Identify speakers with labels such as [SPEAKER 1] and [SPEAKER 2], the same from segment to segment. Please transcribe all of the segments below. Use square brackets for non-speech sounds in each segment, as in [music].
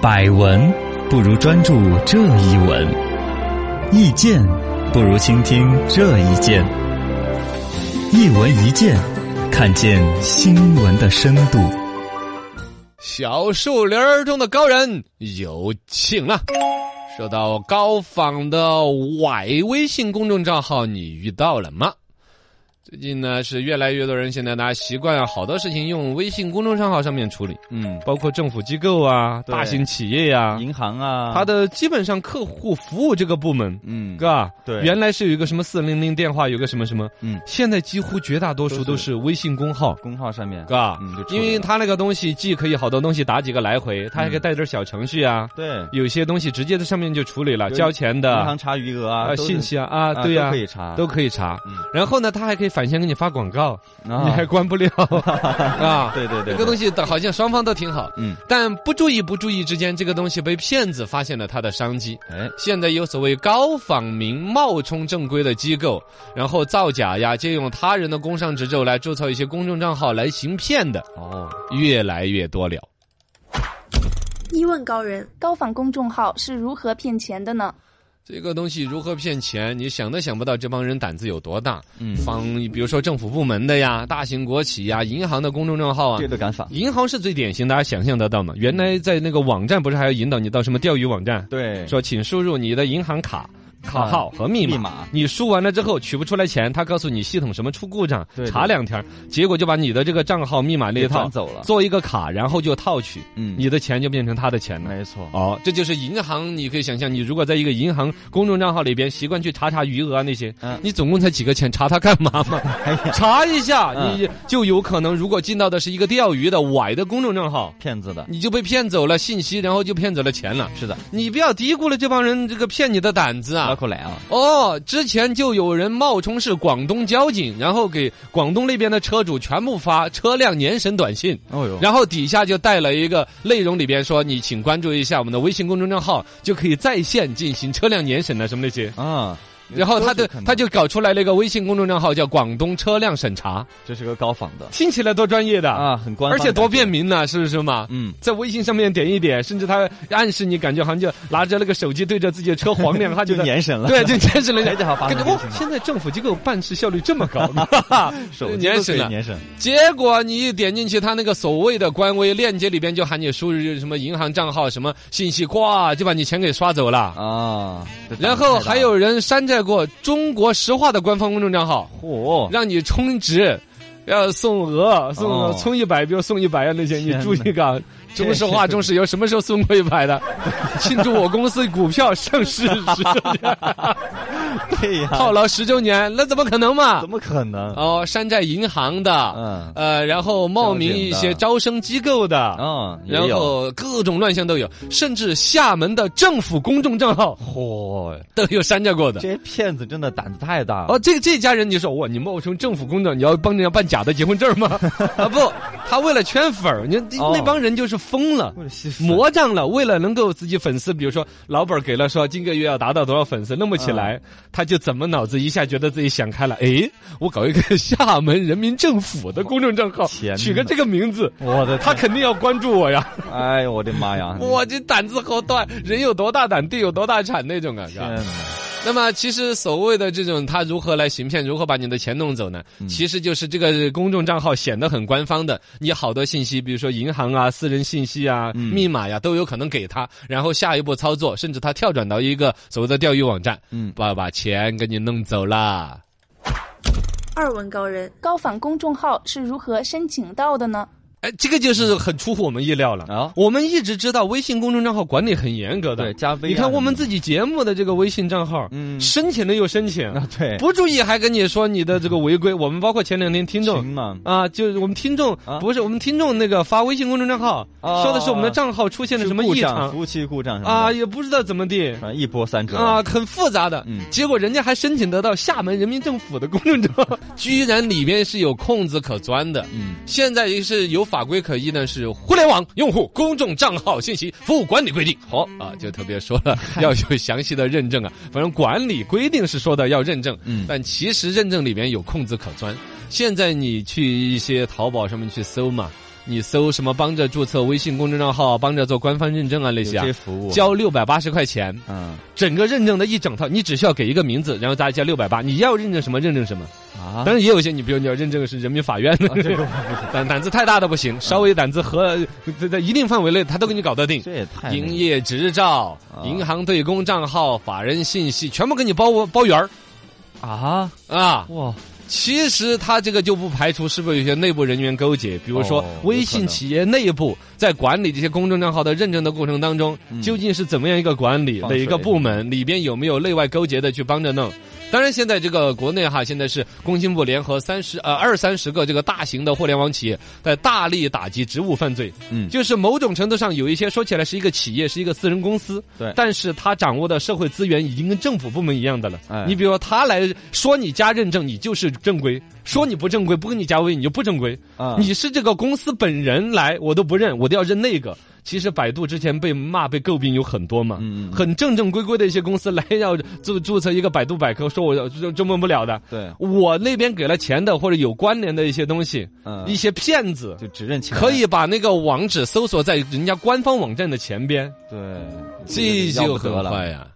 [SPEAKER 1] 百闻不如专注这一闻，意见不如倾听这一见。一闻一见，看见新闻的深度。
[SPEAKER 2] 小树林儿中的高人有请了。说到高仿的歪微信公众账号，你遇到了吗？最近呢，是越来越多人现在大家习惯好多事情用微信公众账号上面处理，
[SPEAKER 1] 嗯，
[SPEAKER 2] 包括政府机构啊、
[SPEAKER 1] 对
[SPEAKER 2] 大型企业呀、
[SPEAKER 1] 银行啊，
[SPEAKER 2] 它的基本上客户服务这个部门，
[SPEAKER 1] 嗯，
[SPEAKER 2] 哥，啊
[SPEAKER 1] 对
[SPEAKER 2] 原来是有一个什么四零零电话，有个什么什么，
[SPEAKER 1] 嗯
[SPEAKER 2] 现在几乎绝大多数
[SPEAKER 1] 都
[SPEAKER 2] 都
[SPEAKER 1] 是
[SPEAKER 2] 是微信公号，
[SPEAKER 1] 工号上面，
[SPEAKER 2] 哥，啊
[SPEAKER 1] 嗯，就处理
[SPEAKER 2] 因为
[SPEAKER 1] 了
[SPEAKER 2] 它那个东西既可以好多东西打几个来回，它还可以带点小程序啊，
[SPEAKER 1] 对
[SPEAKER 2] 有些东西直接在上面就处理了，
[SPEAKER 1] 对
[SPEAKER 2] 交钱
[SPEAKER 1] 银
[SPEAKER 2] 的
[SPEAKER 1] 行查余额啊，
[SPEAKER 2] 啊
[SPEAKER 1] 都是
[SPEAKER 2] 信息啊啊，
[SPEAKER 1] 啊，
[SPEAKER 2] 对
[SPEAKER 1] 都
[SPEAKER 2] 呀
[SPEAKER 1] 可，以查，
[SPEAKER 2] 都可以查
[SPEAKER 1] 嗯。
[SPEAKER 2] 然后呢，它还可以返现给你发广告，你
[SPEAKER 1] 啊
[SPEAKER 2] 还，
[SPEAKER 1] [laughs]
[SPEAKER 2] 关不了啊。
[SPEAKER 1] 对对对，
[SPEAKER 2] 这个东西好像双方都挺好，
[SPEAKER 1] 嗯，
[SPEAKER 2] 但不注意不注意之间，这个东西被骗子发现了它的商机。
[SPEAKER 1] 哎，
[SPEAKER 2] 现在有所谓高仿名冒充正规的机构，然后造假呀，借用他人的工商执照来注册一些公众账号来行骗的，
[SPEAKER 1] 哦，
[SPEAKER 2] 越来越多了。
[SPEAKER 3] 一问高人，
[SPEAKER 4] 高仿公众号是如何骗钱的呢？
[SPEAKER 2] 这个东西如何骗钱，你想都想不到这帮人胆子有多大。
[SPEAKER 1] 嗯，
[SPEAKER 2] 仿比如说政府部门的呀、大型国企呀、银行的公众账号啊
[SPEAKER 1] 这。都敢反，
[SPEAKER 2] 银行是最典型，大家想象得到吗？原来在那个网站不是还要引导你到什么钓鱼网站，
[SPEAKER 1] 对，啊
[SPEAKER 2] 说请输入你的银行卡卡号和密
[SPEAKER 1] 密
[SPEAKER 2] 码。
[SPEAKER 1] 码，
[SPEAKER 2] 你输完了之后取不出来钱，他告诉你系统什么出故障
[SPEAKER 1] 对，对
[SPEAKER 2] 查两天儿，结果就把你的这个账号密码那一
[SPEAKER 1] 给
[SPEAKER 2] 套
[SPEAKER 1] 转走了，
[SPEAKER 2] 做一个卡，然后就套取，
[SPEAKER 1] 嗯，
[SPEAKER 2] 你的钱就变成他的钱了。
[SPEAKER 1] 没错，
[SPEAKER 2] 哦，这就是银行，你可以想象，你如果在一个银行公众账号里边习惯去查查余额啊那些
[SPEAKER 1] 嗯，
[SPEAKER 2] 你总共才几个钱，查它干嘛
[SPEAKER 1] [laughs]
[SPEAKER 2] 嘛？
[SPEAKER 1] 哎呀，
[SPEAKER 2] 查一下，
[SPEAKER 1] 嗯
[SPEAKER 2] 你就有可能，如果进到的是一个钓鱼的歪的公众账号，
[SPEAKER 1] 骗子的，
[SPEAKER 2] 你就被骗走了信息，然后就骗走了钱了。
[SPEAKER 1] 是的，
[SPEAKER 2] 你不要低估了这帮人这个骗你的胆子啊
[SPEAKER 1] 脑！壳懒啊，
[SPEAKER 2] 哦，之前就有人冒充是广东交警，然后给广东那边的车主全部发车辆年审短信，
[SPEAKER 1] 哦哟，
[SPEAKER 2] 然后底下就带了一个内容，里边说你请关注一下我们的微信公众账号，就可以在线进行车辆年审啊什么那些。
[SPEAKER 1] 啊，
[SPEAKER 2] 然后他
[SPEAKER 1] 都
[SPEAKER 2] 的
[SPEAKER 1] 是看到
[SPEAKER 2] 他就搞出来了一个微信公众账号，叫“广东车辆审查
[SPEAKER 1] 这是个高仿的”，
[SPEAKER 2] 听起来多专业的，
[SPEAKER 1] 啊，很官
[SPEAKER 2] 而
[SPEAKER 1] 方，
[SPEAKER 2] 且多便，民呢、是不是嘛？
[SPEAKER 1] 嗯，
[SPEAKER 2] 在微信上面点一点，甚至他暗示你，感觉好像就拿着那个手机对着自己的车晃两
[SPEAKER 1] [laughs]
[SPEAKER 2] 下，
[SPEAKER 1] 就
[SPEAKER 2] 觉得
[SPEAKER 1] 年审了，
[SPEAKER 2] 对，就监
[SPEAKER 1] [laughs]
[SPEAKER 2] 视了一下
[SPEAKER 1] 还。得好发
[SPEAKER 2] 感
[SPEAKER 1] 个
[SPEAKER 2] 觉
[SPEAKER 1] 微
[SPEAKER 2] 哦
[SPEAKER 1] 信，嘛
[SPEAKER 2] 现在政府机构办事效率这么高，哈
[SPEAKER 1] [laughs] 手机
[SPEAKER 2] [laughs] 年
[SPEAKER 1] 都可以
[SPEAKER 2] 审了
[SPEAKER 1] 年审，
[SPEAKER 2] 结果你一点进去，他那个所谓的官微链接里边就喊你输入什么银行账号、什么信息，呱就把你钱给刷走了。
[SPEAKER 1] 啊，这
[SPEAKER 2] 然后还有人山寨过中国石化的官方公众账号，
[SPEAKER 1] 嚯，
[SPEAKER 2] 让你充值，要送额，送额
[SPEAKER 1] 哦
[SPEAKER 2] 充一百，比如送一百啊那些，你
[SPEAKER 1] 天
[SPEAKER 2] 注意个中石化、
[SPEAKER 1] 这
[SPEAKER 2] 中石油什么时候送过一百的？ [laughs] 庆祝我公司股票上市十周年，
[SPEAKER 1] 对哎呀，
[SPEAKER 2] 套牢十周年，那怎么可能嘛
[SPEAKER 1] 怎？么可能？
[SPEAKER 2] 哦，山寨银行的，
[SPEAKER 1] 嗯
[SPEAKER 2] 呃，然后冒名一些招生机构的。
[SPEAKER 1] 啊，也
[SPEAKER 2] 然
[SPEAKER 1] 有
[SPEAKER 2] 后各种乱象都有，甚至厦门的政府公众账号
[SPEAKER 1] 嚯，
[SPEAKER 2] 都有山寨过的
[SPEAKER 1] 这。些骗子真的胆子太大了
[SPEAKER 2] 哦，，这这家人，你说哇，你冒充政府工作，你要帮人家办假的结婚证吗？
[SPEAKER 1] [laughs]
[SPEAKER 2] 啊，不，他为了圈粉儿，你看
[SPEAKER 1] 哦
[SPEAKER 2] 那帮人就是疯了。
[SPEAKER 1] 为了吸粉
[SPEAKER 2] 魔障了，为了能够自己粉丝，比如说老板给了说今个月要达到多少粉丝，弄不起来，
[SPEAKER 1] 啊
[SPEAKER 2] 他就怎么脑子一下觉得自己想开了，诶，我搞一个厦门人民政府的公众账号
[SPEAKER 1] 天，哪
[SPEAKER 2] 取个这个名字，
[SPEAKER 1] 我的
[SPEAKER 2] 他
[SPEAKER 1] 他，
[SPEAKER 2] 肯定要关注我呀！
[SPEAKER 1] 哎呦我的妈
[SPEAKER 2] [laughs]
[SPEAKER 1] 呀！
[SPEAKER 2] 哇，这胆子好大，人有多大胆，地有多大产那种啊！是
[SPEAKER 1] 天
[SPEAKER 2] 吧
[SPEAKER 1] 哪，
[SPEAKER 2] 那么，其实所谓的这种他如何来行骗，如何把你的钱弄走呢？其实就是这个公众账号显得很官方的，你好多信息，比如说银行啊、私人信息啊、
[SPEAKER 1] 嗯
[SPEAKER 2] 密码呀，都有可能给他，然后下一步操作，甚至他跳转到一个所谓的钓鱼网站，
[SPEAKER 1] 嗯，
[SPEAKER 2] 把把钱给你弄走啦。
[SPEAKER 3] 二问高人，
[SPEAKER 4] 高仿公众号是如何申请到的呢？
[SPEAKER 2] 哎，这个就是很出乎我们意料了。
[SPEAKER 1] 啊，
[SPEAKER 2] 我们一直知道微信公众账号管理很严格的，
[SPEAKER 1] 对，加微啊，
[SPEAKER 2] 你看我们
[SPEAKER 1] 己，
[SPEAKER 2] 自己节目的这个微信账号，
[SPEAKER 1] 嗯，
[SPEAKER 2] 申请的又申请，
[SPEAKER 1] 啊，对，
[SPEAKER 2] 不注意还跟你说你的这个违规。我们包括前两天听众
[SPEAKER 1] 行嘛，
[SPEAKER 2] 啊，就是我们听众、
[SPEAKER 1] 啊
[SPEAKER 2] 不是我们听众那个发微信公众账号，
[SPEAKER 1] 啊
[SPEAKER 2] 说的是我们的账号出现了
[SPEAKER 1] 是
[SPEAKER 2] 什么
[SPEAKER 1] 故
[SPEAKER 2] 异
[SPEAKER 1] 障
[SPEAKER 2] 常
[SPEAKER 1] 服务器故障什
[SPEAKER 2] 啊，
[SPEAKER 1] 么的，
[SPEAKER 2] 也不知道怎么地
[SPEAKER 1] 反正一波三折
[SPEAKER 2] 啊，，很复杂的。
[SPEAKER 1] 嗯
[SPEAKER 2] 结果人家还申请得到厦门人民政府的公众账号， [laughs] 居然里面是有空子可钻的。
[SPEAKER 1] 嗯，
[SPEAKER 2] 现在是有法规可依呢，是《互联网用户公众账号信息服务管理规定》。好啊，就特别说了要有详细的认证啊，反正管理规定是说的要认证，
[SPEAKER 1] 嗯
[SPEAKER 2] 但其实认证里面有空子可钻。现在你去一些淘宝上面去搜嘛。你搜什么帮着注册微信公众账号，帮着做官方认证啊那些
[SPEAKER 5] 有
[SPEAKER 2] 啊
[SPEAKER 5] 这，服务，
[SPEAKER 2] 交六百八十块钱，
[SPEAKER 5] 嗯
[SPEAKER 2] 整个认证的一整套，你只需要给一个名字，然后大家交六百八，你要认证什么认证什么。
[SPEAKER 5] 啊
[SPEAKER 2] 当，然也有一些，你比如你要认证是人民法院，
[SPEAKER 5] 这个
[SPEAKER 2] [laughs] 胆胆子太大的不行，稍微胆子和在在一定范围内，他都给你搞得定。
[SPEAKER 5] 这也太那
[SPEAKER 2] 营业执照、
[SPEAKER 5] 啊
[SPEAKER 2] 银行对公账号、法人信息，全部给你包包圆儿
[SPEAKER 5] 个啊，
[SPEAKER 2] 啊！
[SPEAKER 5] 哇，
[SPEAKER 2] 其实他这个就不排除是不是有些内部人员勾结，比如说
[SPEAKER 5] 哦
[SPEAKER 2] 微信企业内部在管理这些公众账号的认证的过程当中，
[SPEAKER 5] 嗯
[SPEAKER 2] 究竟是怎么样一个管理，
[SPEAKER 5] 放
[SPEAKER 2] 哪一个
[SPEAKER 5] 水
[SPEAKER 2] 部门里边有没有内外勾结的去帮着弄？当然，现在这个国内哈，现在是工信部联合三十呃二三十个这个大型的互联网企业，在大力打击职务犯罪。
[SPEAKER 5] 嗯
[SPEAKER 2] 就是某种程度上有一些说起来是一个企业，是一个私人公司，
[SPEAKER 5] 对
[SPEAKER 2] 但是他掌握的社会资源已经跟政府部门一样的了。
[SPEAKER 5] 哎
[SPEAKER 2] 你比如说他来说你加认证，你就是正规；说你不正规，不给你加微，你就不正规。
[SPEAKER 5] 啊，
[SPEAKER 2] 你是这个公司本人来，我都不认，我都要认那个。其实百度之前被骂、被诟病有很多嘛，
[SPEAKER 5] 嗯嗯嗯
[SPEAKER 2] 很正正规规的一些公司来要注注册一个百度百科，说我要这这么不了的。
[SPEAKER 5] 对，
[SPEAKER 2] 我那边给了钱的或者有关联的一些东西，
[SPEAKER 5] 嗯
[SPEAKER 2] 一些骗子
[SPEAKER 5] 就只认钱，
[SPEAKER 2] 可以把那个网址搜索在人家官方网站的前边，
[SPEAKER 5] 对，
[SPEAKER 2] 这
[SPEAKER 5] 要
[SPEAKER 2] 就
[SPEAKER 5] 不
[SPEAKER 2] 很
[SPEAKER 5] 得了
[SPEAKER 2] 坏呀、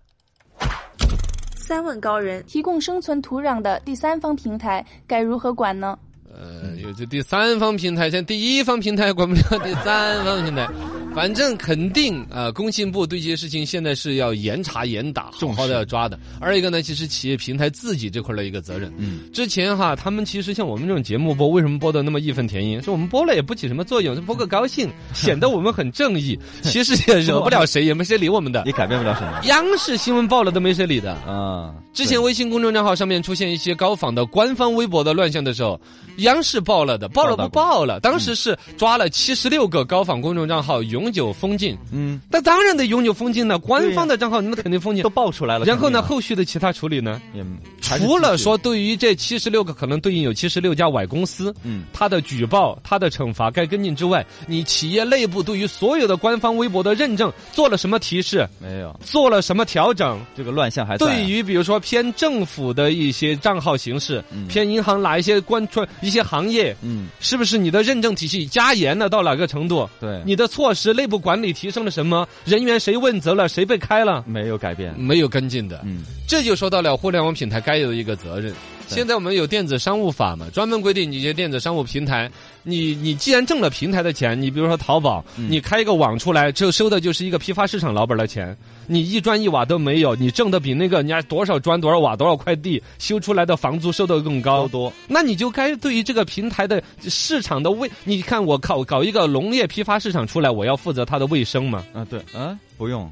[SPEAKER 3] 三问高人，
[SPEAKER 4] 提供生存土壤的第三方平台该如何管呢？
[SPEAKER 5] 嗯
[SPEAKER 2] 呃，有这第三方平台，像第一方平台管不了第三方平台，反正肯定啊、呃工信部对这些事情现在是要严查严打，好好的要抓的。二一个呢，其实企业平台自己这块儿的一个责任。
[SPEAKER 5] 嗯，
[SPEAKER 2] 之前哈，他们其实像我们这种节目播，为什么播的那么义愤填膺？说我们播了也不起什么作用，就播个高
[SPEAKER 5] [laughs]
[SPEAKER 2] 兴，显得我们很正义。其实也惹不了谁，也没谁理我们的
[SPEAKER 5] 也。改变不了什么
[SPEAKER 2] 央视新闻报了都没谁理的。
[SPEAKER 5] 啊。
[SPEAKER 2] [laughs] 之前微信公众账号上面出现一些高仿的官方微博的乱象的时候，
[SPEAKER 5] 嗯
[SPEAKER 2] 央视报了的，报了不
[SPEAKER 5] 报道过
[SPEAKER 2] 报了？当
[SPEAKER 5] 嗯
[SPEAKER 2] 时是抓了七十六个高仿公众账号永久封禁，
[SPEAKER 5] 嗯
[SPEAKER 2] 那当然得永久封禁了，官方的账号你们肯定封禁
[SPEAKER 5] 都。爆出来了，
[SPEAKER 2] 然后呢，
[SPEAKER 5] 肯
[SPEAKER 2] 后续的其他处理呢？
[SPEAKER 5] 定啊也还是
[SPEAKER 2] 除了
[SPEAKER 5] 继续
[SPEAKER 2] 说对于这七十六个可能对应有七十六家崴公司，
[SPEAKER 5] 嗯
[SPEAKER 2] 他的举报、他的惩罚该跟进之外，你企业内部对于所有的官方微博的认证做了什么提示，
[SPEAKER 5] 没有
[SPEAKER 2] 做了什么调整，
[SPEAKER 5] 这个乱象还在啊
[SPEAKER 2] 对于比如说偏政府的一些账号形式，
[SPEAKER 5] 嗯
[SPEAKER 2] 偏银行哪一些关注一些行业，
[SPEAKER 5] 嗯
[SPEAKER 2] 是不是你的认证体系加严了到哪个程度？
[SPEAKER 5] 对
[SPEAKER 2] 你的措施内部管理提升了什么？人员谁问责了？谁被开了？
[SPEAKER 5] 没有改变
[SPEAKER 2] 没有跟进的，
[SPEAKER 5] 嗯
[SPEAKER 2] 这就说到了互联网平台该有的一个责任。
[SPEAKER 5] 对
[SPEAKER 2] 现在我们有电子商务法嘛，专门规定你这电子商务平台，你你既然挣了平台的钱，你比如说淘宝，
[SPEAKER 5] 嗯
[SPEAKER 2] 你开一个网出来，这收的就是一个批发市场老板的钱，你一砖一瓦都没有，你挣的比那个人家多少砖多少瓦多少块地修出来的房租收的更高
[SPEAKER 5] 都，多
[SPEAKER 2] 那你就该对于这个平台的市场的卫，你看我搞搞一个农业批发市场出来，我要负责它的卫生嘛？
[SPEAKER 5] 啊对啊不用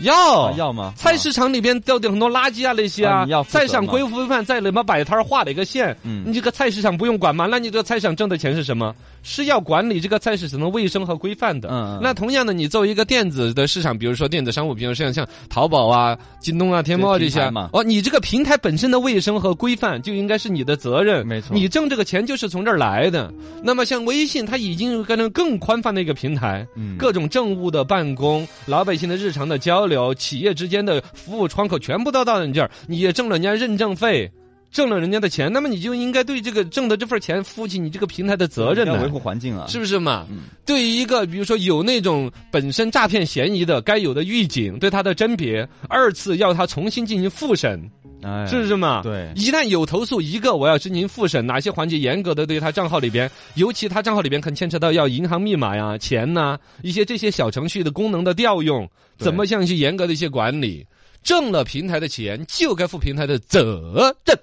[SPEAKER 2] 要
[SPEAKER 5] 啊要
[SPEAKER 2] 哦
[SPEAKER 5] 吗
[SPEAKER 2] 菜市场里边掉的很多垃圾啊，那些啊
[SPEAKER 5] 啊你要，负责
[SPEAKER 2] 菜市场
[SPEAKER 5] 吗
[SPEAKER 2] 规规范在什么摆摊儿画了一个线，
[SPEAKER 5] 嗯
[SPEAKER 2] 你这个菜市场不用管吗？那你这个菜市场挣的钱是什么？是要管理这个菜市场的卫生和规范的。
[SPEAKER 5] 嗯嗯
[SPEAKER 2] 那同样的，你作为一个电子的市场，比如说电子商务，比如像像淘宝啊、京东啊、天猫啊这
[SPEAKER 5] 这
[SPEAKER 2] 些
[SPEAKER 5] 平台
[SPEAKER 2] 啊
[SPEAKER 5] 嘛，
[SPEAKER 2] 哦，你这个平台本身的卫生和规范就应该是你的责任，
[SPEAKER 5] 没错
[SPEAKER 2] 你挣这个钱就是从这儿来的。那么像微信，它已经变成更宽泛的一个平台，
[SPEAKER 5] 嗯
[SPEAKER 2] 各种政务的办公、老百姓的日常的交流、企业之间的服务窗口，全部都到你这儿，你也挣了人家认证费。挣了人家的钱，那么你就应该对这个挣的这份钱负起你这个平台的责任
[SPEAKER 5] 要
[SPEAKER 2] 来
[SPEAKER 5] 维，护环境啊
[SPEAKER 2] 是不是嘛？
[SPEAKER 5] 嗯
[SPEAKER 2] 对于一个比如说有那种本身诈骗嫌疑的，该有的预警，对他的甄别，二次要他重新进行复审，
[SPEAKER 5] 哎
[SPEAKER 2] 是不是嘛？
[SPEAKER 5] 对
[SPEAKER 2] 一旦有投诉一个，我要进行复审，哪些环节严格的对他账号里边，尤其他账号里边可能牵扯到要银行密码呀、钱呐、一些这些小程序的功能的调用，
[SPEAKER 5] 对
[SPEAKER 2] 怎么样去严格的一些管理，挣了平台的钱就该负平台的责任。